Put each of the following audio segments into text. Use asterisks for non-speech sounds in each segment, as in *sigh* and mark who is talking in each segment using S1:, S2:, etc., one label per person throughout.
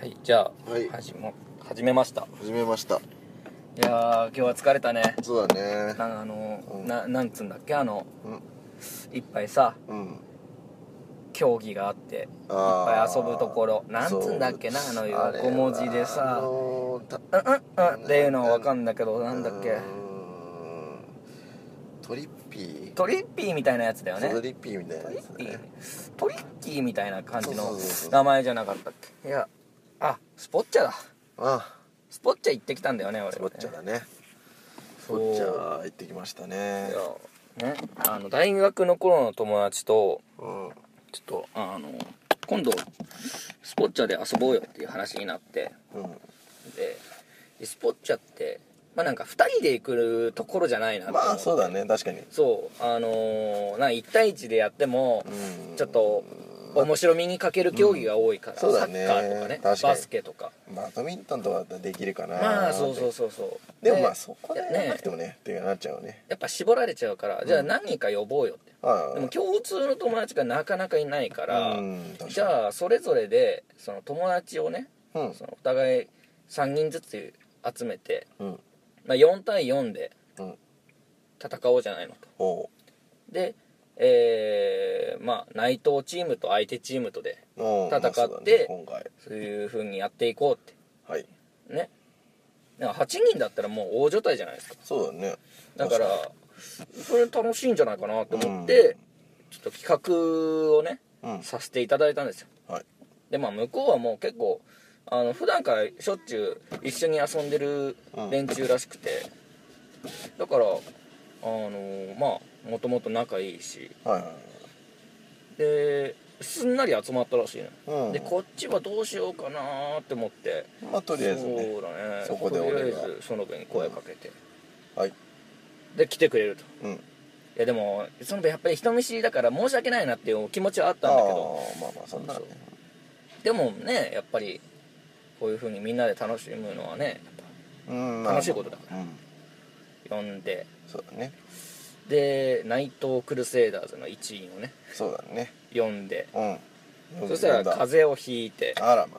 S1: はい、じゃあ、
S2: はい
S1: 始も始めました。
S2: 始めました
S1: いやー、今日は疲れたね。
S2: そうだね
S1: なんあのー
S2: うん
S1: ななんつうんだっけあの
S2: うん
S1: いっぱいさ
S2: うん
S1: 競技があっていっぱ
S2: あ
S1: い
S2: ー
S1: 遊ぶところなんつうんだっけなあの
S2: そうあれは
S1: 横文字で
S2: あ
S1: さ「
S2: のーた
S1: うんうんうん」っていうのはわかんだけどなんだっ
S2: う
S1: け
S2: ーんトリッピー
S1: トリッピーみたいなやつだよね
S2: そうトリッピーみたいなやつ
S1: トリッピ
S2: ね
S1: ートリッキーみたいな感じ
S2: そう
S1: の
S2: そうそうそう
S1: 名前じゃなかったっけいやあスポッチャだ
S2: あ
S1: スポッチャ行ってきたんだよね俺
S2: スポッチャだねスポ
S1: そう
S2: ッチャ行ってきましたね
S1: いやねあの大学の頃の友達と
S2: うん
S1: ちょっとあの今度スポッチャで遊ぼうよっていう話になって
S2: うん
S1: ででスポッチャってまあなんか2人で行くところじゃないなと思って
S2: まあそうだね確かに
S1: そうあのーなんか1対1でやっても
S2: うん
S1: ちょっと面白みに欠ける競技が多いから、
S2: そう
S1: サ
S2: だ
S1: ッ
S2: ね
S1: カーとかね
S2: 確かに
S1: バスケとか
S2: バドミントンとかだったらできるかな
S1: まあそうそうそうそう
S2: でもまあそこで
S1: ね
S2: やらなくてもねっていうなっちゃうよね
S1: やっぱ絞られちゃうからじゃあ何か呼ぼうよって、
S2: ああ
S1: でも共通の友達がなかなかいないから、
S2: うん確かに
S1: じゃあそれぞれでその友達をね
S2: うん
S1: そのお互い3人ずつ集めて、
S2: うん
S1: まあ、4対4で
S2: うん
S1: 戦おうじゃないのと
S2: おう
S1: でえーまあ内藤チームと相手チームとで
S2: うん
S1: 戦って
S2: まあそうだね今回
S1: そういう風にやっていこう
S2: はい
S1: ってねなんか8人だったらもう大所帯じゃないですか
S2: そうだね
S1: だから
S2: 確
S1: それ楽しいんじゃないかなと思って、ちょっと企画をね
S2: にうん
S1: させていただいたんですよ
S2: はい
S1: でまあ向こうはもう結構あの普段からしょっちゅう一緒に遊んでる連中らしくて、だからあのまあもともと仲いいし
S2: はい
S1: で、すんなり集まったらしい
S2: はい
S1: の、
S2: はいうん
S1: でこっちはどうしようかなーって思って
S2: まあとりあえずね
S1: そうだね
S2: そこで俺が
S1: とりあえず園部に声かけて、
S2: はい
S1: で来てくれると
S2: うん
S1: いやでも園部やっぱり人見知りだから申し訳ないなっていう気持ちはあっ
S2: あ
S1: た
S2: あ
S1: んだけど
S2: まあまあそんなのね
S1: でもねやっぱりこういう風にみんなで楽しむのはね
S2: うん
S1: 楽しいことだから
S2: うん
S1: 呼んで
S2: そうだね
S1: で内藤クルセイダーズの一員をね
S2: そうだね
S1: 呼んで
S2: うん
S1: そしたら
S2: 風
S1: 風邪をひいて
S2: あらま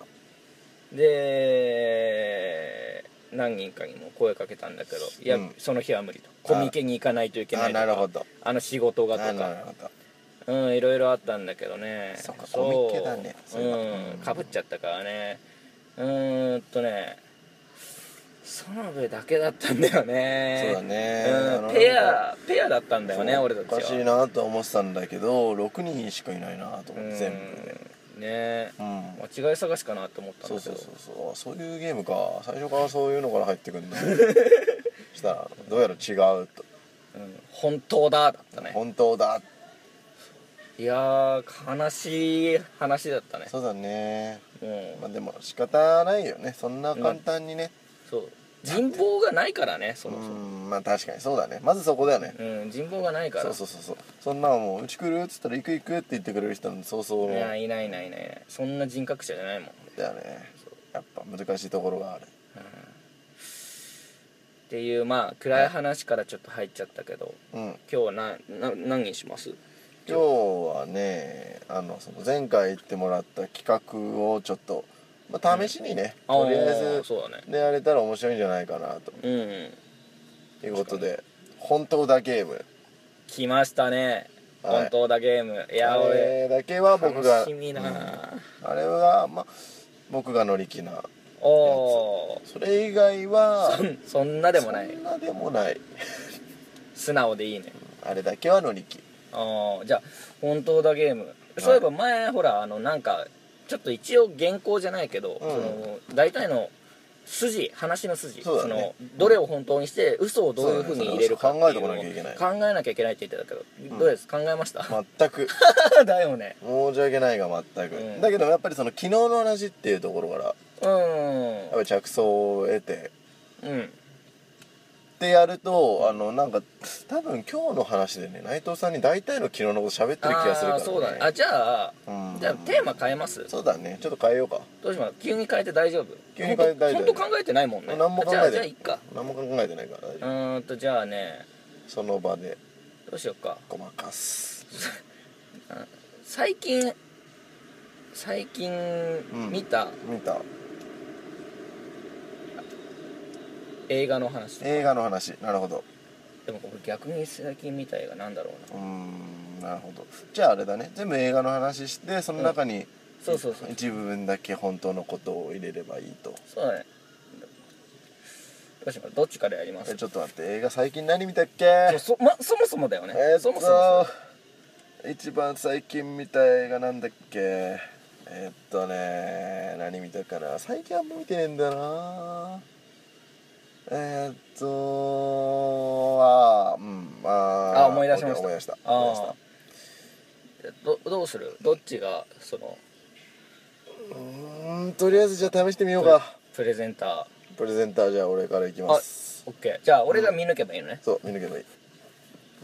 S1: で何人かにも声かけたんだけどいや、
S2: うん
S1: その日は無理とコミケに行かないといけない
S2: あ
S1: と
S2: なる
S1: か
S2: ほど
S1: あの仕事が
S2: あ
S1: と
S2: なる
S1: か
S2: ほど
S1: うんいろいろあったんだけどね
S2: そっか
S1: う
S2: コミケだねそういうこと
S1: うんかぶっちゃったからねうーんとね園部だけだったんだよね
S2: そうだねあ
S1: うん、
S2: の
S1: ペアペアだったんだよね
S2: そう
S1: 俺たちは
S2: おかしいなとは思ってたんだけど6人しかいないなと
S1: う
S2: 思っ
S1: ん
S2: て全部で
S1: ね
S2: うん
S1: 間違い探しかなって思ったんだけ
S2: そ
S1: ど
S2: うそうそうそうあそういうゲームか最初からそういうのから入ってくん
S1: *laughs*
S2: だしたらどうやら違うと
S1: うん本当だだったね
S2: 本当だ
S1: いやー悲しい話だったね
S2: そうだね
S1: もう、
S2: まあでも仕方ないよねそんな簡単にね
S1: そう人望がないからねそうもそも
S2: んまあ確かにそうだねまずそこだよね
S1: うん、人望がないから
S2: そうそうそうそうそんなのもううち来るっつったら行く行くって言ってくれる人なんてそうそう
S1: いや
S2: だよね
S1: いないいないいないいないそんな人格者じゃないもん、
S2: やっぱ難しいところがある
S1: うんっていうまあ暗い話からちょっと入っちゃったけど
S2: うん
S1: 今日はなな何にします
S2: 今日はねあのその前回言ってもらった企画をちょっと、まあ、試しにね、
S1: ー
S2: とりあえず
S1: そうだね
S2: でやれたら面白いんじゃないかなと
S1: うん
S2: いうことで「本当だゲーム
S1: 来ましたね、
S2: はい
S1: 本当だゲーム」いや
S2: あ
S1: 俺
S2: れだけは僕が
S1: 楽しみだな、
S2: あれは、まあ、僕が乗り気な
S1: おお
S2: それ以外は
S1: ー *coughs* そんなでもない
S2: そんなでもない
S1: 素直でいいね
S2: あれだけは乗り気
S1: ああじゃあ本当だゲームそういえば前ほらあのなんかちょっと一応原稿じゃないけど、
S2: うん
S1: その大体の筋話の筋
S2: そうだね
S1: のどれを本当にして嘘をどういうふうに入れるかっていうのを
S2: そうだねそれは考
S1: 考えなきゃいけないって言ってたけど、どうです考えました、*laughs*
S2: 全く
S1: だよね
S2: 申し訳ないが全く、
S1: うん
S2: だけどやっぱりその昨日の話っていうところからやっ
S1: うん
S2: ぱり着想を得て
S1: うん
S2: ってやるとあのなんか多分今日の話でね内藤さんに大体の昨日のこと喋ってる気がするから、
S1: あーそうだねあじゃあ、
S2: うん
S1: じゃあテーマ変えます
S2: そうだねちょっと変えようか
S1: どうします急に変えて大丈夫
S2: 急に変えて大丈夫
S1: 本当考えてないもんね
S2: 何も考えて
S1: じゃ
S2: な
S1: あ
S2: い
S1: じゃあいっか
S2: 何も考えてないから大
S1: う
S2: 丈夫
S1: ーんとじゃあね
S2: その場で
S1: どうしようか
S2: ごまかす
S1: 最近最近
S2: ん
S1: 見た
S2: 見た
S1: 映画の話とか
S2: 映画の話なるほど
S1: でもこれ逆に最近みたいがなんだろうな
S2: うーんなるほどじゃああれだね全部映画の話してその中に
S1: そうそうそう
S2: 一部分だけ本当のことを入れればいいと
S1: そうだねどうしようかどっちからやります
S2: え
S1: か
S2: ちょっと待って映画最近何見たっけ
S1: そうそ,、ま、そもそもだよね、
S2: えーっと
S1: そもそもそう
S2: 一番最近見た映画なんだっけえーっとね何見たかな最近あんま見てねえんだよなえーっとあーうんあー
S1: あ思い出しました
S2: 思い出した
S1: あー
S2: 思い出した
S1: どどうするどっちがその
S2: うーんとりあえずじゃあ試してみようか
S1: プレゼンタ
S2: プレゼンターじゃあ俺からいきます
S1: ー OK じゃあ俺が見抜けばいいのね、
S2: そう見抜けばいい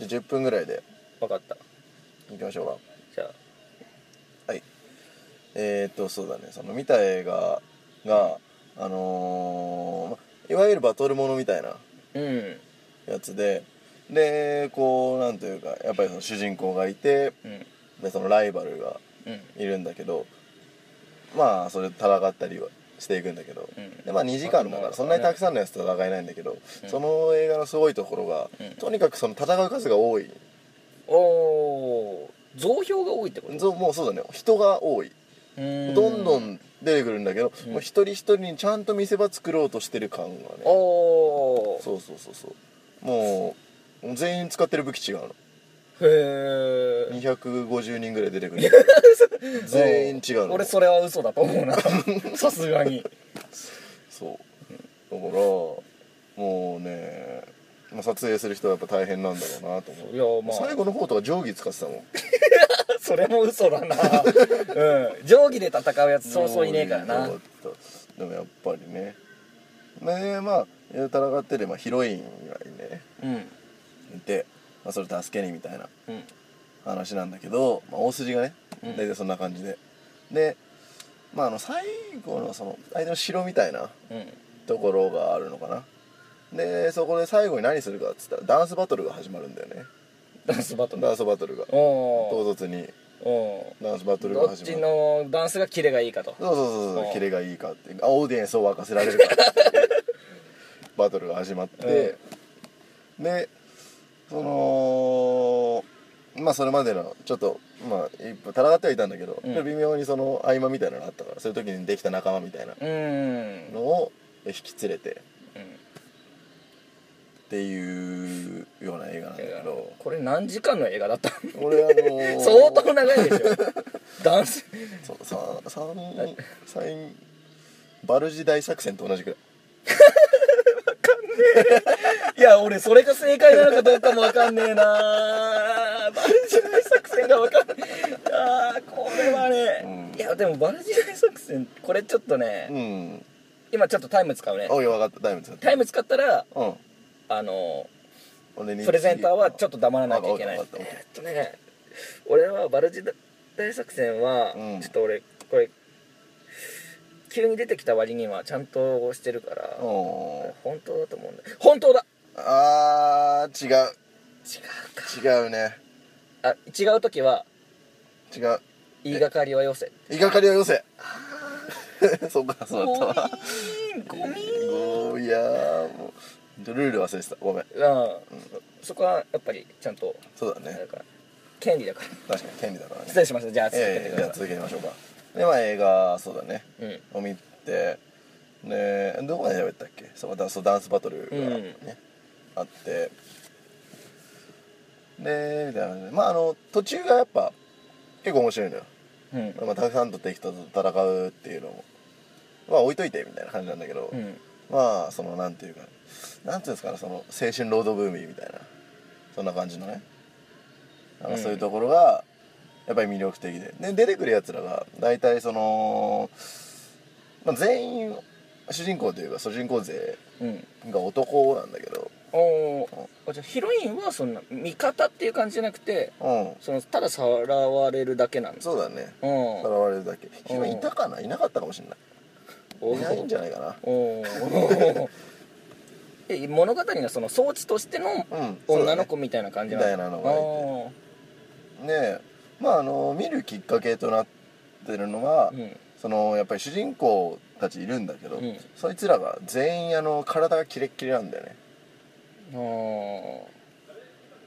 S2: じゃあ10分ぐらいで
S1: 分かった
S2: いきましょうか
S1: じゃあ
S2: はいえー、っとそうだねその見た映画があのーまいわゆるバトルものみたいな
S1: うん
S2: やつででこうなんというかやっぱりその主人公がいて
S1: うん
S2: でそのライバルが
S1: うん
S2: いるんだけどまあそれで戦ったりはしていくんだけど、
S1: うん
S2: でまあ2時間だからそんなにたくさんのやつと戦えないんだけど、
S1: うん
S2: その映画のすごいところが、
S1: うん
S2: とにかくその戦う数が多い
S1: おお増票が多いってこと
S2: ぞもうそうだね人が多いどんどん出てくるんだけど、
S1: うん
S2: もう一人一人にちゃんと見せ場作ろうとしてる感
S1: お
S2: がね
S1: お
S2: そうそうそうそうもうもう全員使ってる武器違うの
S1: へえ
S2: 250人ぐらい出てく
S1: *laughs*
S2: る全員違うの
S1: 俺それは嘘だと思うな *laughs* さすがに
S2: そうだからもうね、まあ、撮影する人はやっぱ大変なんだろうなと思
S1: いや
S2: う、
S1: まあ
S2: 最後の方とか定規使ってたもん
S1: それも嘘だ
S2: *laughs*
S1: なうん定規で戦うやつそうそういねえからな
S2: そうだったでもやっぱりねねまあ戦ってて、まあ、ヒロインがいね
S1: うん
S2: いて、まあ、それ助けにみたいな
S1: うん
S2: 話なんだけど、まあ、大筋がね
S1: うん
S2: 大体そんな感じで、でまああの最後のその相手の城みたいな
S1: うん
S2: ところがあるのかなでそこで最後に何するかっつったらダンスバトルが始まるんだよね
S1: ダンスバトル
S2: ダンスバトルが
S1: お
S2: 唐
S1: お
S2: 突に
S1: お
S2: ダンスバトル
S1: ど
S2: が
S1: っ
S2: 始
S1: ち
S2: まる
S1: のダンスがキレがいいかと
S2: そうそうそう
S1: う
S2: そ
S1: ん
S2: うキレがいいかっていうあオーディエンスを沸かせられる
S1: *laughs*
S2: かっていうバトルが始まって、でそのまあそれまでのちょっとまあ一歩戦ってはいたんだけど、
S1: うん
S2: ちょっと微妙にその合間みたいなのがあったからそういう時にできた仲間みたいな
S1: うん
S2: のを引き連れて
S1: うん
S2: っていうような映画なんだけど
S1: これ何時間の映画だった
S2: 俺あの
S1: *laughs*
S2: ー
S1: 相当長いでしょ
S2: *laughs*
S1: ダンス
S2: そうさ三三バルジ大作戦と同じくらい
S1: いや俺それが正解なのかどうかもわかんねえなバルジナイ作戦がわかんないあーこれはね、
S2: うん
S1: いやでもバルジナイ作戦これちょっとね、
S2: うん
S1: 今ちょっとタイム使うね
S2: おい分かったタイム使った
S1: タイム使ったら
S2: うん
S1: あの
S2: 俺に
S1: プレゼンターはちょっと黙らなきゃいけない
S2: あわかったわかった
S1: えっとね俺はバルジ大作戦は、
S2: うん
S1: ちょっと俺これ急に出てきた割にはちゃんとしてるから、
S2: うん
S1: 本当だと思うんだ本当だ
S2: あー
S1: 違
S2: 違
S1: うか
S2: う違うね
S1: あ違う時は
S2: 違う
S1: 言いがかりはよせ
S2: いがかりはよせ *laughs* そうかそうだったわ
S1: ゴミ
S2: ごいやーもうルール忘れてたごめん
S1: うん、そこはやっぱりちゃんと
S2: そうだ
S1: あれ
S2: ね
S1: だから権利だから
S2: 確かに権利だからね
S1: 失礼しましたじゃあ続けて
S2: ええ
S1: く
S2: じゃ
S1: ださ
S2: あ
S1: い、
S2: 続けましょうかでまあ映画そうだね
S1: うん
S2: を見てねどこまで喋ったっけそうダンそうダンスバトル
S1: う
S2: が
S1: ん
S2: ね、あってでみたいな感じでまああの途中がやっぱ結構面白いのよ、
S1: うん
S2: まあ、たくさんと敵と戦うっていうのもまあ置いといてみたいな感じなんだけど、
S1: うん
S2: まあそのなんていうかなんていうんですかねその青春ロードブーミーみたいなそんな感じのねなんかそういうところがやっぱり魅力的でで出てくるやつらが大体その、まあ、全員主人公というか主人公勢
S1: うん
S2: が男なんだけど
S1: おーあじゃあヒロインはそんな味方っていう感じじゃなくて
S2: うん
S1: そのたださらわれるだけなんです
S2: そうだね
S1: うん
S2: 現れるだけ
S1: うん
S2: いたかないなかったかもしれない
S1: お
S2: いないんじゃないかな
S1: おーえ物語のその装置としての
S2: うんそうだ
S1: 女
S2: ね
S1: の子みたいな感じ
S2: みたいなのがいてねえまああの見るきっかけとなってるのは、
S1: あーうん
S2: そそのやっぱり主人公たちいるんだけど、
S1: うん
S2: そいつらが全員あの体がキレッキレなんだよね
S1: あ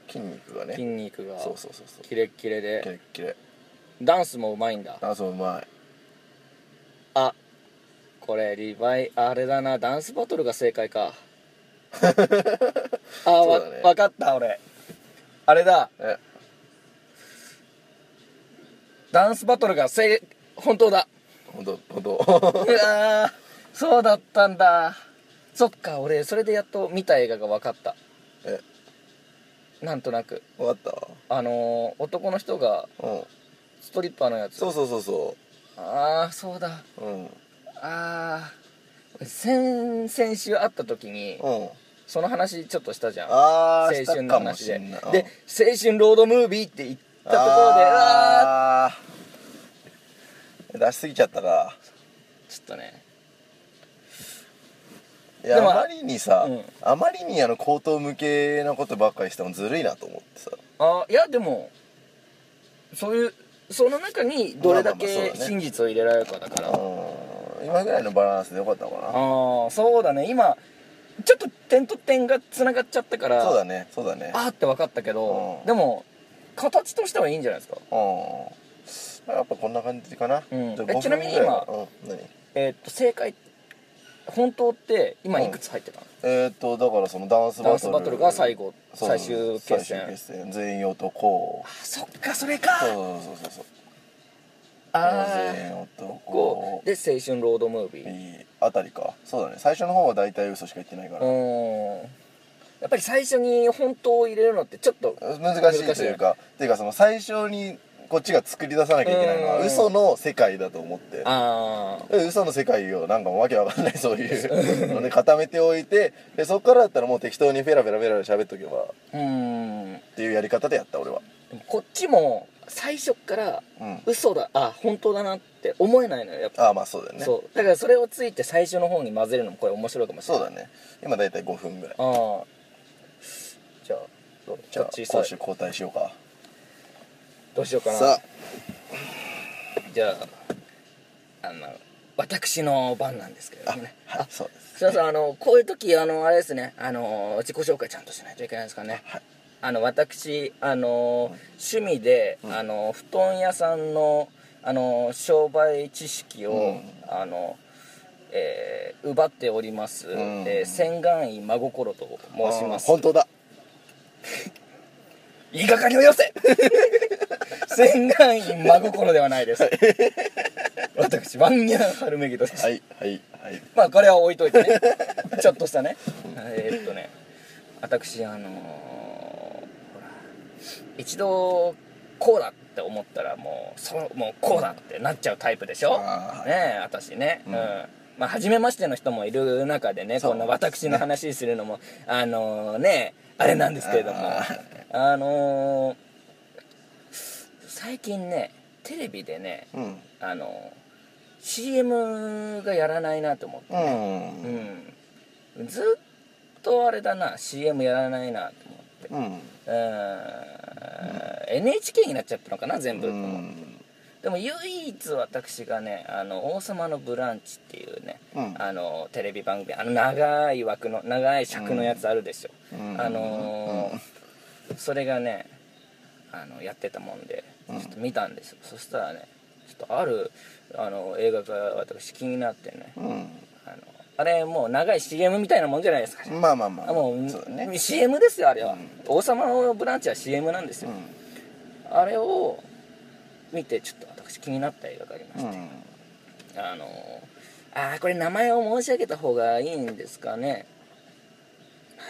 S1: ー
S2: 筋肉が
S1: 筋
S2: ね
S1: 肉が
S2: そうそうそうそう
S1: キレッキレ
S2: キレ
S1: で
S2: ッキレ
S1: ダンスもうまいんだ
S2: ダンスもうまい
S1: あこれリヴァイあれだなダンスバトルが正解
S2: *laughs*
S1: かあー
S2: そうだ
S1: わ、
S2: ね
S1: わかった俺あれだ
S2: え
S1: ダンスバトルが正本当だ
S2: ほんと *laughs* ほんと
S1: うわー *laughs* そうだったんだそっか俺それでやっと見た映画が分かった
S2: え
S1: なんとなく
S2: 分かっ
S1: あのー男の人が
S2: たうん
S1: ストリッパーのやつ
S2: そうそうそうそ
S1: ああそうだ
S2: ううんうん
S1: ああ先々週会った時にその話ちょっとしたじゃん
S2: ああ
S1: 青春の話で
S2: な
S1: で
S2: うん
S1: 青春ロードムービーって言ったところでああ
S2: あー出しすぎちゃったか
S1: ちょっとね
S2: いや
S1: でも
S2: あまりにさ、
S1: うん
S2: あまりにあの口頭無けなことばっかりしてもずるいなと思ってさ
S1: あいやでもそういうその中にどれだ
S2: まあまあまあ
S1: け
S2: そうだね
S1: 真実を入れられるかだから、
S2: うーん今ぐらいのバランスでよかったのか
S1: ああそうだね今ちょっと点と点がつながっちゃったから
S2: なそうだねそうだね
S1: あーって分かったけど、
S2: うん
S1: でも形としてはいいんじゃないですか
S2: うんやっぱこんな感じかな、
S1: うん
S2: じゃあ
S1: え
S2: 5
S1: ちなみに
S2: 分ぐらいは
S1: 今
S2: うん、何
S1: えーっと正解本当って今いくつ入ってたの、
S2: えー、っとだからそのダンスバトル
S1: ダンスバトルが最後
S2: そう
S1: 最終決戦
S2: 最終決戦全員男
S1: あそっかそれか
S2: そうそうそうそう
S1: あ
S2: 全員
S1: あこ
S2: 男
S1: うで青春ロードムービー
S2: いいあたりかそうだね最初の方は大体嘘しか言ってないか
S1: う
S2: ら、
S1: ーんやっぱり最初に本当を入れるのってちょっと
S2: 難しいというかっていうかその最初にこっちが作り出さなきゃいけないのは
S1: うん
S2: 嘘の世界だと思って
S1: ああ
S2: で嘘の世界をなんかもうわけわかんないそういうので固めておいてでそっからだったらもう適当にフェラフェラフェラ喋っとけばっ
S1: うーんで
S2: ていうやり方でやった俺は
S1: もこっちも最初から
S2: うん
S1: 嘘だあ本当だなって思えないのよやっぱ、
S2: ああまあそうだよねそう
S1: そうだからそれをついて最初の方に混ぜるのもこれ面白いかもしれない
S2: だね今大体5分ぐらい
S1: ああじゃあど
S2: じゃあ
S1: どっち
S2: 攻守交代しようか
S1: どうしようかな
S2: さあ
S1: じゃああの私の番なんですけれどもね
S2: はい *laughs* そうです
S1: すいませんあのこういう時あのあれですねあの自己紹介ちゃんとしないといけないですからね
S2: はい
S1: あの私あの趣味で、あの布団屋さんのあの商売知識を、
S2: う
S1: あのえー奪っております、
S2: ん
S1: えー洗顔医真心と申します
S2: あー本当だ
S1: 言いがかりをよせ *laughs* 洗顔医真心ではないです私ワンギャン春めぎとです、
S2: はいはいはい
S1: まあこれは置いといて *laughs* ねちょっとしたねえーっとね私あのーほら一度こうだって思ったらもうそうもうこうだってなっちゃうタイプでしょ
S2: あー
S1: ねえ私ねうん、まあ初めましての人もいる中でね
S2: そう
S1: こんな私の話するのも、あのーねあれなんですけれども
S2: あ
S1: あのー最近ねテレビでね
S2: うん
S1: あのー CM がやらないなと思って、
S2: うん
S1: うん、ずっとあれだな CM やらないなと思って
S2: うん
S1: うーん NHK になっちゃったのかな全部、
S2: うん
S1: でも唯一私がね「あの王様のブランチ」っていうね、
S2: うん
S1: あのテレビ番組あの長い枠の長い尺のやつあるでしょ、
S2: うん
S1: あのーそれがねあのやってたもんでちょっと見たんですよ、そしたらねちょっとあるあの映画が私気になってね、
S2: う
S1: あのあれもう長い CM みたいなもんじゃないですか、
S2: んまあまあまあ
S1: あもう
S2: そうだね
S1: CM ですよあれは、王様のブランチは CM なんです
S2: う
S1: よ、
S2: ん
S1: あれを見てちょっと私気になった映画がありまし
S2: う
S1: て、
S2: ん
S1: あのーあーこれ名前を申し上げた方がいいんですかね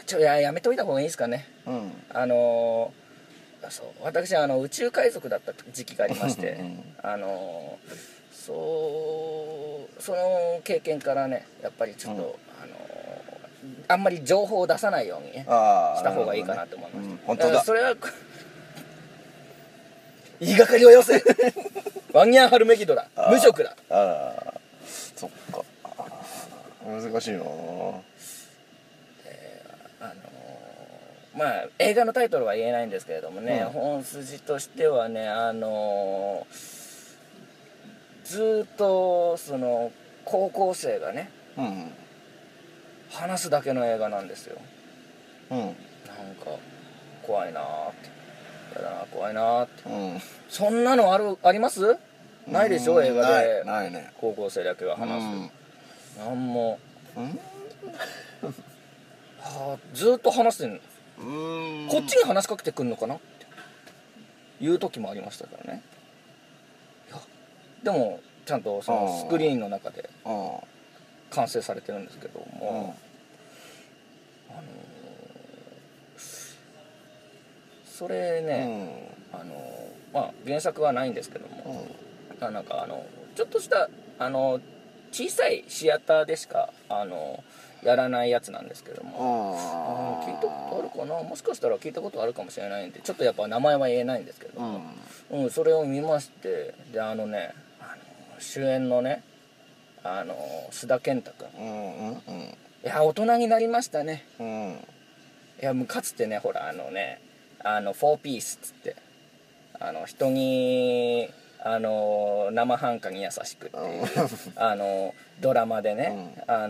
S1: ちょいややめといた方がいいですかね
S2: うん
S1: あのーそう私あの宇宙海賊だった時期がありましてあのーそうその経験からねやっぱりちょっと、
S2: うん
S1: あのーあんまり情報を出さないようにね
S2: ああ
S1: した方がいいかなと思いました、
S2: 本当
S1: か
S2: だ
S1: らそれは *laughs* 言いがかりをよ
S2: *laughs*
S1: せワンギャンハルメギドだ
S2: あー
S1: 無職だ
S2: あらそっか難しいな
S1: あのーまあ映画のタイトルは言えないんですけれどもね、
S2: うん
S1: 本筋としてはねあのーずーっとその高校生がね
S2: うん
S1: 話すだけの映画なんですよ
S2: うん
S1: なんか怖いなーってやだな怖いなーって
S2: うんうん
S1: そんなのあるありますないでしょ映画で
S2: ないないね
S1: 高校生だけが話す、なんも
S2: うん
S1: は *laughs* あずーっと話してんの
S2: うん
S1: こっちに話しかけてくんのかなって言う時もありましたからねいやでもちゃんとそのスクリーンの中で
S2: うん
S1: 完成されてるんですけど
S2: うん
S1: も、それ
S2: う
S1: ね、
S2: ん
S1: あのまあ原作はないんですけど
S2: う
S1: も、
S2: ん
S1: あなんかあのちょっとしたあの小さいシアターでしかあのやらないやつなんですけども、あの
S2: あ
S1: 聞いたことあるかなもしかしたら聞いたことあるかもしれないんでちょっとやっぱ名前は言えないんですけど
S2: う
S1: も、
S2: ん
S1: うん、それを見ましてであのねあの主演のねあの須田健太君
S2: うんうん
S1: いや大人になりましたね
S2: うんうん
S1: いやもうかつてねほらあのねあの4ピースっつってあの人にあの生半可に優しくっていうあのドラマでね、あ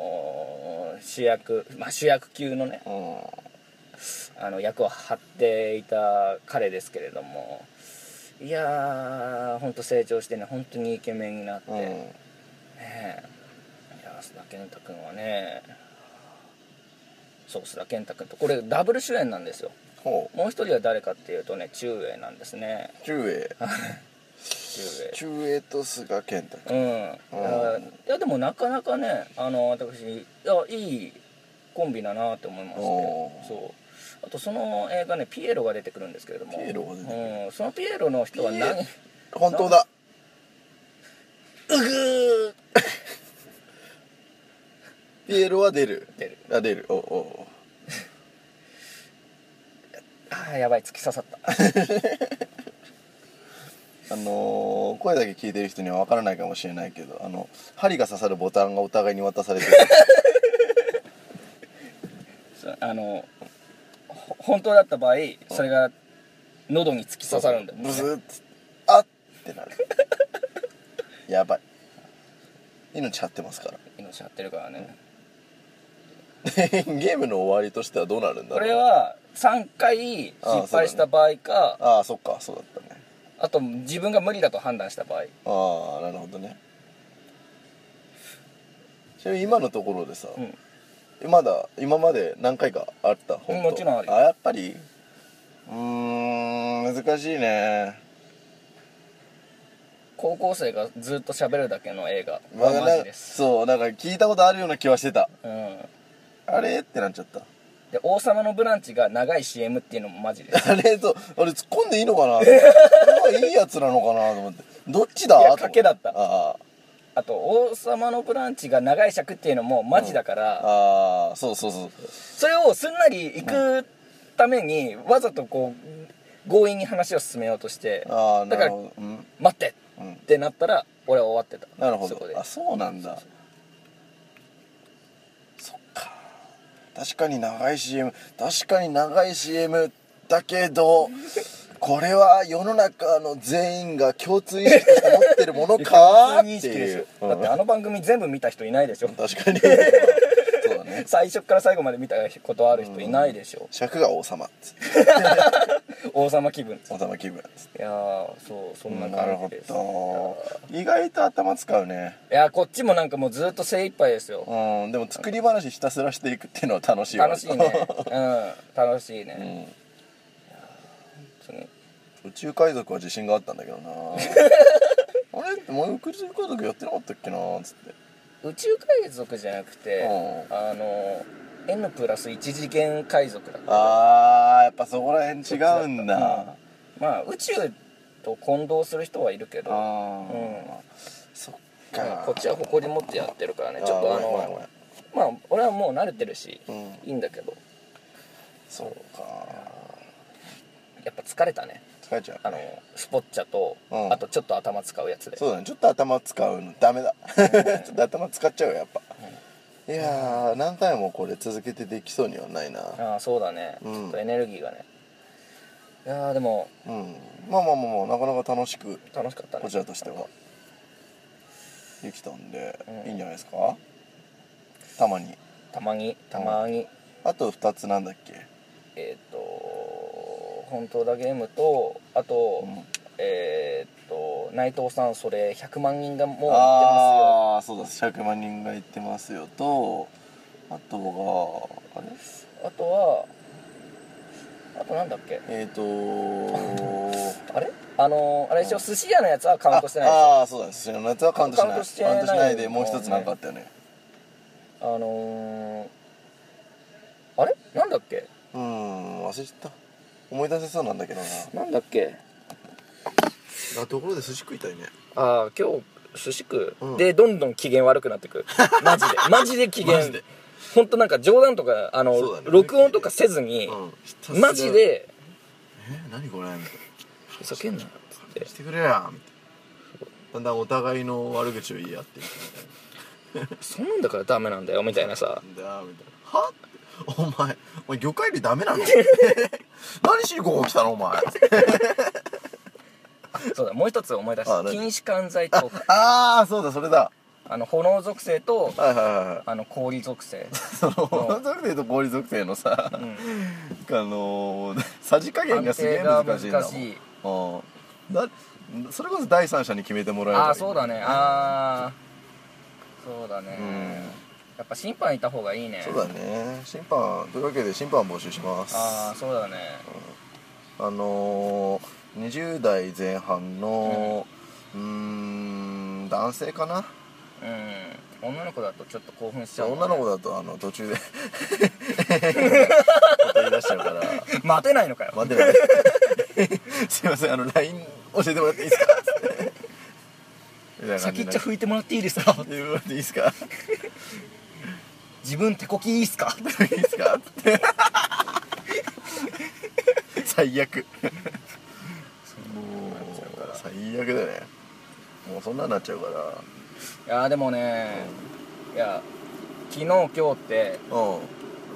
S1: の主役、まあ、主役級のね
S2: うん
S1: あの役を張っていた彼ですけれどもいやーほんと成長してね本当にイケメンになって、
S2: うん
S1: ねえいやー須田健太君はねそう須田健太君とこれダブル主演なんですよ
S2: ほ
S1: もう一人は誰かっていうとね中英なんですね
S2: う中英
S1: 中
S2: 中英と菅健太
S1: 英うんいやいやでもなかなかねあの私いやいいコンビだなって思いまして
S2: おー
S1: そうあとその映画ねピエロが出てくるんですけれども
S2: ピエロが出てくる
S1: うん、そのピエロの人は何
S2: ピ本当だ
S1: うぐー
S2: ピエロは出る
S1: 出る
S2: あ出るおお
S1: あーやばい突き刺さった
S2: あのー声だけ聞いてる人には分からないかもしれないけどあの針が刺さるボタンがお互いに渡されてる
S1: そあのほ本当だった場合それが喉に突き *laughs* 刺さるんだよね
S2: ブスッつってあっってなる *laughs* やばい命張ってますから *laughs*
S1: 命張ってるからね
S2: ゲームの終わりとしてはどうなるんだろ
S1: こ
S2: う
S1: れは3回失敗した場合かあ,、
S2: ああそっかそうだったね
S1: と自分が無理だと判断した場合
S2: ああなるほどねちなみに今のところでさ、
S1: うん
S2: まだ今まで何回かあった本当
S1: もちろんあるよ
S2: やっぱりうーん難しいね
S1: 高校生がずっと喋るだけの映画
S2: まあ
S1: はマジです、
S2: そうなんか聞いたことあるような気はしてた
S1: うん、
S2: あれってなっちゃった *laughs*
S1: で「王様のブランチ」が長い CM っていうのもマジです
S2: *laughs* あれとあれ突っ込んでいいのかなこれはいいやつなのかなと思ってどっちだ
S1: いや
S2: と思て
S1: 賭けだった
S2: あ
S1: あと「王様のブランチ」が長い尺っていうのもマジだから、
S2: あああそうそうそう
S1: それをすんなり行くためにわざとこう強引に話を進めようとして
S2: ああ
S1: だ
S2: な
S1: か
S2: る
S1: ら
S2: ほどうん
S1: 「待って!」
S2: うん
S1: ってなったら俺は終わってた
S2: なるほ
S1: そこ
S2: ど
S1: で
S2: あそうなんだそっか確かに長い CM 確かに長い CM だけどこれは世の中の全員が共通意識と持ってるものか
S1: 普通
S2: って
S1: に意識で
S2: い
S1: し
S2: う、
S1: ょ
S2: うん
S1: だってあの番組全部見た人いないでしょ
S2: 確かにそうだね
S1: 最初から最後まで見たことある人いないでしょ
S2: 尺が王様っつって
S1: 王様気分
S2: 王様気分っつって
S1: いやーそうそんな
S2: なる
S1: 感
S2: ほ
S1: じです、
S2: ど意外と頭使うね
S1: いやーこっちもなんかもうずっと精一杯ですよ
S2: うんでも作り話ひたすらしていくっていうのは楽しいわ
S1: 楽しいね
S2: *laughs*
S1: うん楽しいね、本
S2: 宇宙海賊は自信があったんだけ *laughs* どなあれって前宇宙海賊やってなかったっけなつって
S1: 当に宇宙海賊じゃなくて、
S2: う
S1: あの N プラス1次元海賊だった
S2: あーやっぱそこら辺違うんだ、
S1: まあ宇宙と混同する人はいるけど、うん
S2: ああ、そっか
S1: こっちは誇り持ってやってるからねちょっとあ
S2: ーごめんごめんごめ
S1: の
S2: ん
S1: まあ俺はもう慣れてるし、
S2: うん
S1: いいんだけど
S2: そうか
S1: やっぱ疲れたね
S2: 疲れちゃう
S1: あのスポッチャと、
S2: うん
S1: あとちょっと頭使うやつで
S2: そうだねちょっと頭使うのダ *laughs* メだちょっと頭使っちゃうよやっぱ、いやー何回もこれ続けてできそうにはないな
S1: ああそうだね、
S2: うん
S1: ちょっとエネルギーがねいやーでも
S2: うんまあまあまあまあなかなか楽しく
S1: 楽しかったね
S2: こちらとしてはできたんで、
S1: うん
S2: いいんじゃないですかたまに
S1: たまにたまに、
S2: あと2つなんだっけ
S1: えっ、と本当だゲームとあと、
S2: うん
S1: えっ、と内藤さんそれ100万人がもう言ってま
S2: ああそうです100万人が行ってますよとあとがあれ
S1: すよあとはあとなんだっけ
S2: えっ、ー、とー
S1: あれあのーあれでしょ寿司屋のやつは *laughs* カウントしてないでしょ
S2: ああーそうだね寿司のやつはカウントしない
S1: カ
S2: カ
S1: ウ
S2: ウ
S1: ン
S2: ン
S1: ト
S2: ト
S1: し
S2: して
S1: ない
S2: ないでもう一つなんかあったよね
S1: あのー、あれなんだっけ
S2: うーん忘れちゃった思い出せそうなんだけどな
S1: なんだっけ
S2: あところで寿司食いたいね
S1: ああ今日寿司食う、
S2: うん
S1: でどんどん機嫌悪くなって
S2: *laughs*
S1: くマジでマジで機嫌
S2: マジで
S1: ほんとなんか冗談とかあの、
S2: そうだね
S1: 録音とかせずに、
S2: うん
S1: マジで
S2: え何これみたい
S1: ふざけんなっつって
S2: なしてくれやみたいなだんだんお互いの悪口を言い合ってみ
S1: そんなんだからダメなんだよみたいなさ
S2: たいなだみたいなはってお前お前魚介類ダメなの何しにここ来たのお前
S1: そうだもう一つ思い出し
S2: あ
S1: た
S2: 何
S1: 筋弛緩剤
S2: *laughs*
S1: と
S2: ああそうだそれだ
S1: あの炎属性と
S2: はいはいはいはい
S1: あの氷属性
S2: その本属性と合理属性のさ、あのーさじ加減がすげえ難しいんだも
S1: 安定
S2: んうんだそれこそ第三者に決めてもらえる
S1: ああそうだねああそうだね、やっぱ審判いた方がいいね
S2: そうだね審判というわけで審判募集します
S1: ああそうだね
S2: あのー、20代前半のうーん男性かな
S1: うん女の子だとちょっと興奮しち
S2: じ
S1: ゃ
S2: ゃあ
S1: うもん
S2: 女
S1: ね、
S2: の子だとあの途中でこと言い出しちゃうから
S1: 待てないのかよ
S2: 待ってないすいませんあの LINE 教えてもらっていいですかみたいな感
S1: 先
S2: じ
S1: っ
S2: で
S1: ちょ拭いてもらっていいですか
S2: *laughs* 言ってもらっていいですか
S1: 自分手こきいいっすか
S2: いいですかって最悪もう最悪だねもうそんなんなっちゃうから
S1: いやーでもねいや昨日今日って
S2: うん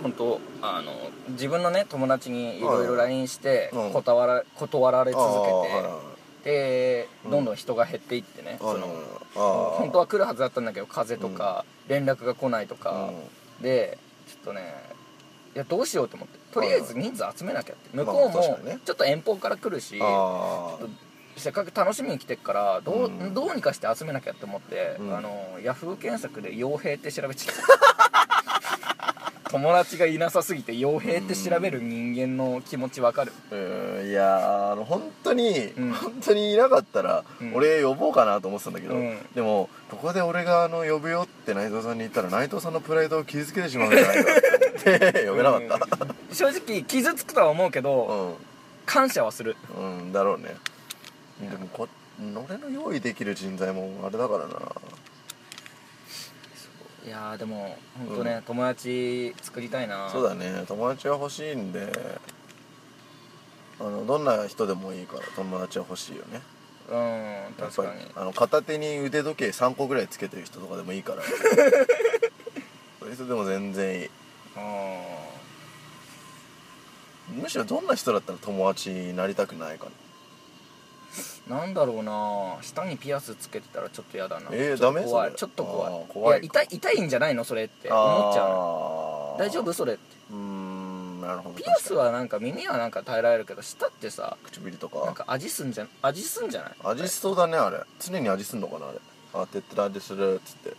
S1: 本当あの自分のね友達にいろいろ
S2: はい
S1: LINE して
S2: うん
S1: 断ら断られ続
S2: あ
S1: けてでどんどん人が減っていってね
S2: ーはいはい
S1: その
S2: あー
S1: 本当は来るはずだったんだけど風邪とか連絡が来ないとかでちょっとねいやどうしようと思ってとりあえず人数集めなきゃって向
S2: はい
S1: こう
S2: まあ確
S1: も
S2: かにね
S1: ちょっと遠方から来るし
S2: あー
S1: せっかく楽しみに来てっからどう,、
S2: うん
S1: どうにかして集めなきゃって思って、
S2: うん
S1: あのヤフー検索で「傭兵」って調べちゃった友達がいなさすぎて傭兵って調べる人間の気持ちわかる
S2: うーんいやーあの本当に、
S1: ん
S2: 本当にいなかったら、
S1: うん
S2: 俺呼ぼうかなと思ってたんだけど、
S1: うん
S2: でもここで俺があの呼ぶよって内藤さんに言ったら内藤さんのプライドを傷つけてしまうんじゃないか
S1: *laughs*
S2: って呼べなかった
S1: 正直傷つくとは思うけ
S2: う
S1: ど、
S2: ん、
S1: 感謝はする
S2: うんだろうねでもこ俺の用意できる人材もあれだからない
S1: やーでも本当ね、友達作りたいな
S2: そうだね友達は欲しいんであのどんな人でもいいから友達は欲しいよね
S1: うん
S2: やっ
S1: 確
S2: ぱ
S1: か
S2: り
S1: に
S2: あの片手に腕時計3個ぐらいつけてる人とかでもいいから
S1: *laughs*
S2: そういう人でも全然いい
S1: あ
S2: むしろどんな人だったら友達になりたくないか
S1: ー
S2: な
S1: なんだろうな舌にピアスつけてたらちょっと嫌だな
S2: えー
S1: ちょっと
S2: ダメ
S1: 怖い
S2: それ
S1: ちょっと
S2: あ
S1: 怖い
S2: ー怖い
S1: いや痛い痛いんじゃないのそれって思っちゃうの
S2: ゃ
S1: 大丈夫それって
S2: うーんなるほど
S1: ピアスはなんか耳はなんか耐えられるけど舌ってさ
S2: 確かに唇と
S1: なん
S2: か
S1: か味すんじゃ味すんじゃない
S2: 味しそうだねあれ常に味すんのかなあれあてつら味するっつって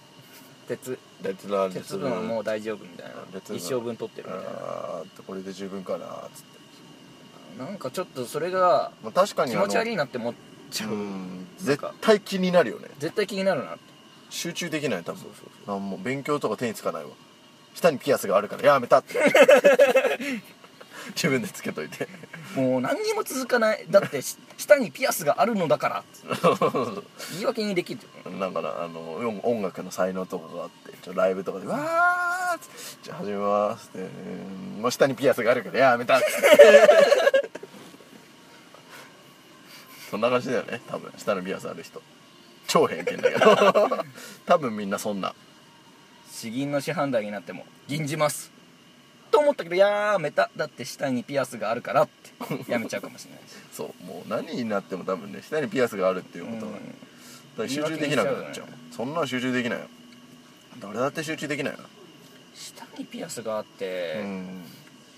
S1: 鉄
S2: でつら味す
S1: 鉄
S2: る
S1: 分はもう大丈夫みたい
S2: 鉄
S1: な
S2: 分
S1: 一生分取ってるみたい
S2: あーってこれで十分かなっつって、
S1: ななんかちょっとそれが
S2: まあ、確かに
S1: 気
S2: あの
S1: 持ち悪いなって思っちゃう
S2: うん
S1: なん
S2: 絶
S1: か
S2: 対気になるよね
S1: 絶対気になるなって
S2: 集中できない多分
S1: そうそう
S2: なんも勉強とか手につかないわ下にピアスがあるからやめたって *laughs* 自分でつけといて *laughs*
S1: もう何にも続かないだってし舌にピアスがあるのだから言い訳にできる
S2: なんかなあの音音楽の才能とかがあってちょライブとかで「わーっつってじゃあ始めます」って「もう下にピアスがあるからやめた」ってそんな感じだよね多分下のピアスある人超偏見だけど多分みんなそんな
S1: 詩吟の師範代になっても吟じますと思ったけどやめただって舌にピアスがあるから
S2: *laughs*
S1: ってやめちゃうかもしれないし
S2: そうもう何になっても多分ね下にピアスがあるっていうことは、
S1: うん
S2: ら集中できなくなっちゃうそんなの集中できないよ誰だって集中できないよ
S1: 下にピアスがあって、
S2: うん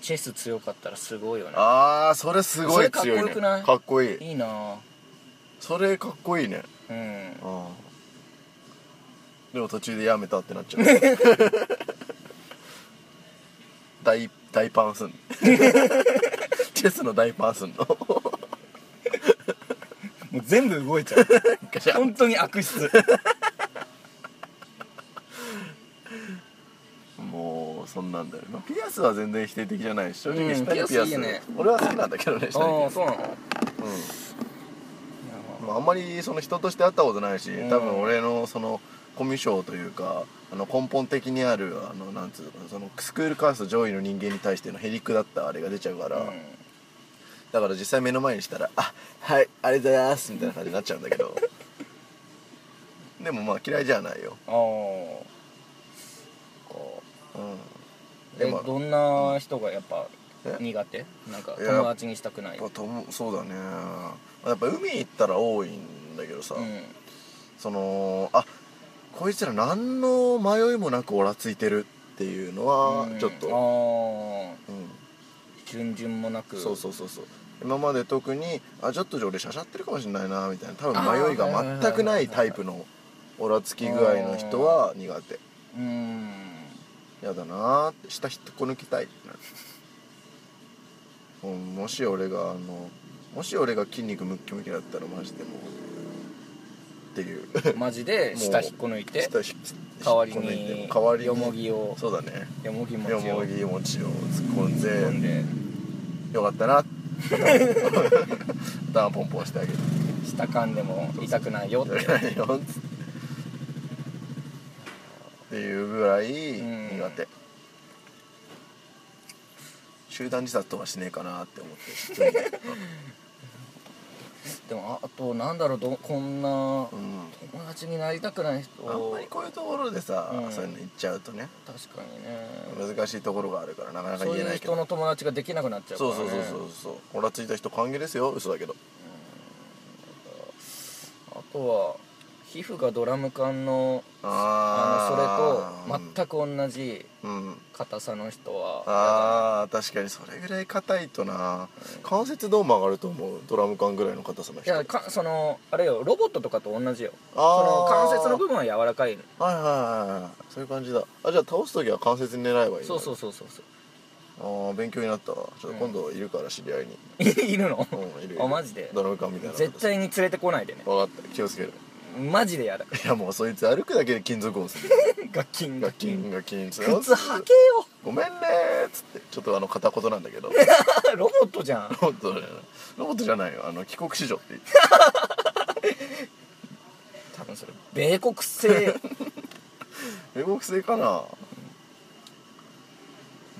S1: チェス強かったらすごいよね
S2: ああそれすごい
S1: それ
S2: 強い
S1: かっこ
S2: ね
S1: よくない
S2: かっこいい
S1: いいなぁ
S2: それかっこいいね
S1: うん
S2: うんでも途中でやめたってなっちゃ
S1: *laughs*
S2: う大大パンすん
S1: *laughs*
S2: のチェスの大パンすんの
S1: もう全部動い
S2: *laughs*
S1: ちゃう
S2: ガシャン
S1: 本当に悪
S2: *laughs*
S1: 質
S2: もうそんなんだよ、まあ、ピアスは全然否定的じゃないし正直下にピ
S1: う
S2: アス,、
S1: んピアスいいね
S2: 俺は好きなんだけどね下に
S1: ああそうなのいや
S2: ピアスうん、まあ、あんまりその人として会ったことないし、
S1: うん
S2: 多分俺のそのコミュ障というかあの根本的にあるあのなんつうのそのスクールカースト上位の人間に対してのへりくだったあれが出ちゃうから、
S1: まあうん
S2: だから実際目の前にしたら「あはいありがとうございます」みたいな感じになっちゃうんだ
S1: *laughs*
S2: けどでもまあ嫌いじゃないよ、
S1: ああこ
S2: うん、
S1: う
S2: で
S1: え
S2: も
S1: どんな人がやっぱ
S2: え
S1: 苦手なんか
S2: いや
S1: 友達にしたくない
S2: やっぱともそうだねやっぱ海行ったら多いんだけどさ、
S1: うん
S2: そのあこいつら何の迷いもなくオラついてるっていうのは
S1: うん
S2: ちょっと、
S1: ああ
S2: う
S1: 順
S2: ん
S1: 々もなく
S2: そうそうそうそう今まで特にあちょっとじゃあ俺しゃしゃってるかもしれないなみたいな多分迷い
S1: あ
S2: が
S1: ー
S2: 全くないタイプのオラつき具合の人は苦手
S1: ううん
S2: やだなーって下引っこ抜きたいってなるうんもし俺があのもし俺が筋肉ムッキムキだったらマジでもうっていう
S1: マジで *laughs* 下引っこ抜いて
S2: 下ひ
S1: 代わり
S2: 引っこ抜いて
S1: に
S2: も代わりに
S1: よもぎを
S2: そうだね
S1: よもぎ餅
S2: よ
S1: を
S2: もぎ餅を突っ込ん
S1: 飲ん
S2: で
S1: で
S2: よかっ
S1: *laughs*
S2: たな頭ポンポンしてあげる
S1: 下噛んでも痛くないよって
S2: ないよっつってっていうぐらい苦手、
S1: う
S2: 集団自殺とはしねえかなって思ってる
S1: でもああとなんだろうどこんな
S2: うん
S1: 友達になりたくない人
S2: あんまりこういうところでさ、
S1: うん
S2: そういうの言っちゃうとね
S1: 確かにね
S2: 難しいところがあるからなかなか
S1: そう
S2: 言え
S1: い
S2: な
S1: う
S2: いけど
S1: 人の友達ができなくなっちゃうから、
S2: そ
S1: ね、
S2: うそうそうそうそうオラついた人歓迎ですよ嘘だけど
S1: あとは皮膚がドラム缶のあ
S2: あ
S1: のそれと全く同じ
S2: 全くうん
S1: 硬さの人は
S2: あー確かにそれぐらい硬いとな関節どう曲がると思うドラム缶ぐらいの硬さの
S1: い
S2: 人
S1: やかそのあれよロボットとかと同じよ
S2: あ
S1: そ
S2: ー
S1: の関節の部分は柔らかい
S2: はいはいはいはいそういう感じだあじゃあ倒す時は関節に狙えばいい
S1: そうそうそ
S2: そ
S1: うそうそう
S2: ああ勉強になったわちょっ
S1: うん
S2: と今度いるから知り合いに
S1: いるの
S2: うんいるい
S1: *laughs*
S2: る
S1: あマジで
S2: ドラム缶みたいな
S1: 絶対に連れてこないで *laughs* ね
S2: 分かった気をつける
S1: マジでやだ
S2: いやもうそいつ歩くだけで金属音する
S1: ガキン
S2: ガ
S1: ガ
S2: キ
S1: キン
S2: ンガキン靴
S1: 靴履けよ
S2: ごめんねーっつってちょっとあの片言なんだけど
S1: *laughs* ロボットじゃん
S2: ロボットじゃないロボットじゃないよあの帰国子女って
S1: *laughs*
S2: 言って
S1: 多分それ米国製
S2: 英国製かな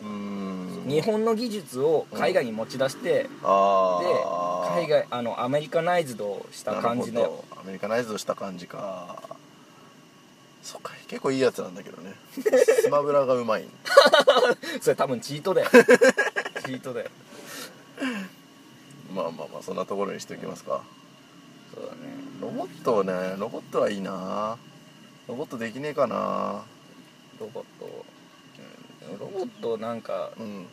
S2: うーん
S1: 日本の技術を海外に持ち出して、
S2: あ
S1: で
S2: ー
S1: 海外あのアメリカナイズドした感じ
S2: なる
S1: の
S2: ほどアメリカナイズドした感じかそっか結構いいやつなんだけ
S1: *laughs*
S2: どねスマブラがうまい
S1: それ多分チート *laughs* だよチートだよ
S2: まあまあまあそんなところにしておきますか
S1: そうだね
S2: ロボットねロボットはいいなロボットできねえかな
S1: ロボットうんロボットなんか
S2: うん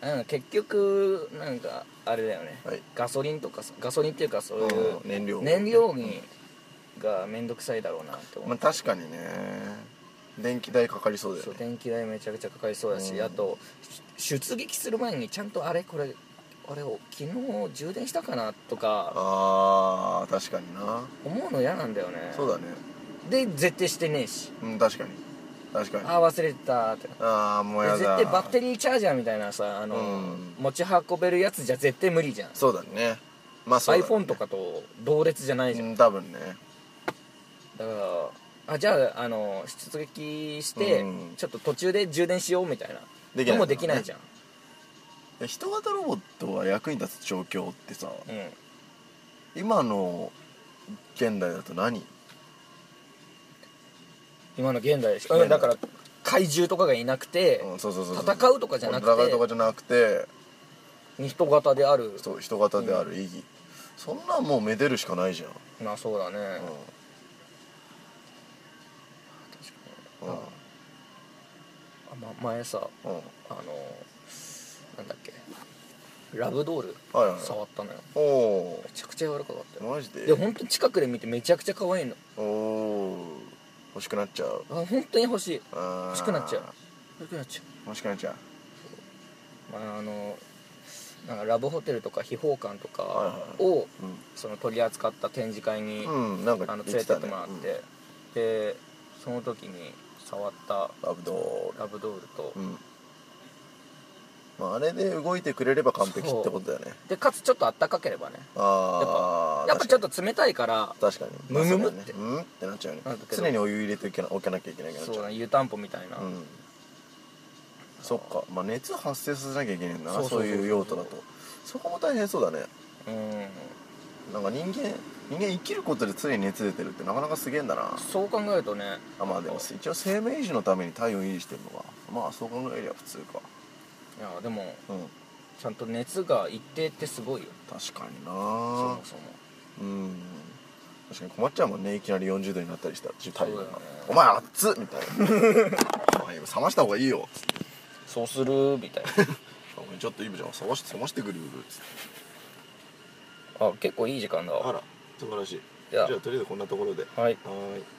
S1: なんか結局なんかあれだよね、
S2: はい
S1: ガソリンとかさガソリンっていうかそういう
S2: うん燃料
S1: 燃料にが面倒くさいだろうなって思
S2: まあ
S1: う,、
S2: 確かにね電気代かかりそうだ
S1: そう
S2: よね
S1: 電気代めちゃくちゃかかりそうだし、
S2: うん
S1: あと出出撃する前にちゃんとあれこれあれを昨日充電したかなとか
S2: あー確かにな
S1: 思うの嫌なんだよね
S2: そうだね
S1: で絶対してねえし
S2: うん確かに確かに
S1: ああ忘れてたってな
S2: ああもうやだ
S1: 絶対バッテリーチャージャーみたいなさあの、
S2: うん
S1: 持ち運べるやつじゃ絶対無理じゃん、
S2: そうだねまあそうだね
S1: iPhone とかと同列じゃないじゃん、
S2: うん多分ね
S1: だからあじゃああの出撃して、
S2: うん
S1: ちょっと途中で充電しようみたいな
S2: できない
S1: のもできないじゃん、
S2: で人型ロボットは役に立つ状況ってさ、
S1: うん、
S2: 今の現代だと何
S1: 今の現代でしょ、
S2: 現代
S1: うん、だから怪獣とかがいなくて、
S2: うんそうそうそうそう
S1: 戦うとかじゃなくて
S2: 戦うとかじゃなくて
S1: 人型である
S2: そう人型である意義、そんなんもうめでるしかないじゃん、
S1: まあそうだね、
S2: うん
S1: ま、前さ
S2: うんはい
S1: あのなんだっけラブドール
S2: はいはい
S1: 触ったのよ
S2: おお
S1: めちゃくちゃ柔らかかったよ
S2: マジで
S1: で本当に近くで見てめちゃくちゃ可愛いの
S2: おお欲しくなっちゃう
S1: あ本当に欲しい
S2: 欲
S1: 欲しくなっちゃう欲しくなっちゃ
S2: 欲しくなっちゃう
S1: う、まあ、あのなんかラブホテルとか秘宝館と
S2: はい
S1: か
S2: はい
S1: をその取り扱った展示会に、
S2: うん、うん、なんか
S1: あの連
S2: 言
S1: れて
S2: た
S1: っ
S2: ね
S1: てもらって、でその時に触った
S2: うんラブドー
S1: ラブドールと、
S2: ルうんまああれで動いてくれれば完璧ってことだよね
S1: でかつちょっとあったかければね
S2: ああ
S1: やっぱちょっと冷たいから
S2: 確かに
S1: ムムム
S2: まあ
S1: って
S2: そうだよねうんってなっちゃうよ
S1: な
S2: ね
S1: るけど
S2: 常にお湯入れておけなおかなきゃいけないから
S1: そうだね湯たんぽみたいな、
S2: うんそっかまあ熱発生させなきゃいけないんだ
S1: そ
S2: な
S1: うそうそう
S2: そう
S1: そう
S2: いう用途だとそこも大変そうだね
S1: うん
S2: なんか人間人間生きることで常に熱出てるってなかなかすげえんだな
S1: そう考えるとね
S2: あまあでも一応生命維持のために体温維持してるのかまあそう考えりゃ普通か
S1: いやでも
S2: うん
S1: ちゃんと熱が一定ってすごいよ
S2: 確かに
S1: そ
S2: な
S1: もそも
S2: うん確かに困っちゃうもんねいきなり40度になったりしたら体
S1: そ
S2: 温
S1: うだ
S2: が
S1: よね
S2: 「お前熱っ!」みたいな「お前冷ました方がいいよ」つって
S1: そうするみたいな
S2: *laughs* お前ちょっと今じゃん冷まして冷ましてくる」つって
S1: あ結構いい時間だわ
S2: ら素晴らしい
S1: じゃあ
S2: とりあえずこんなところで
S1: はい
S2: はーい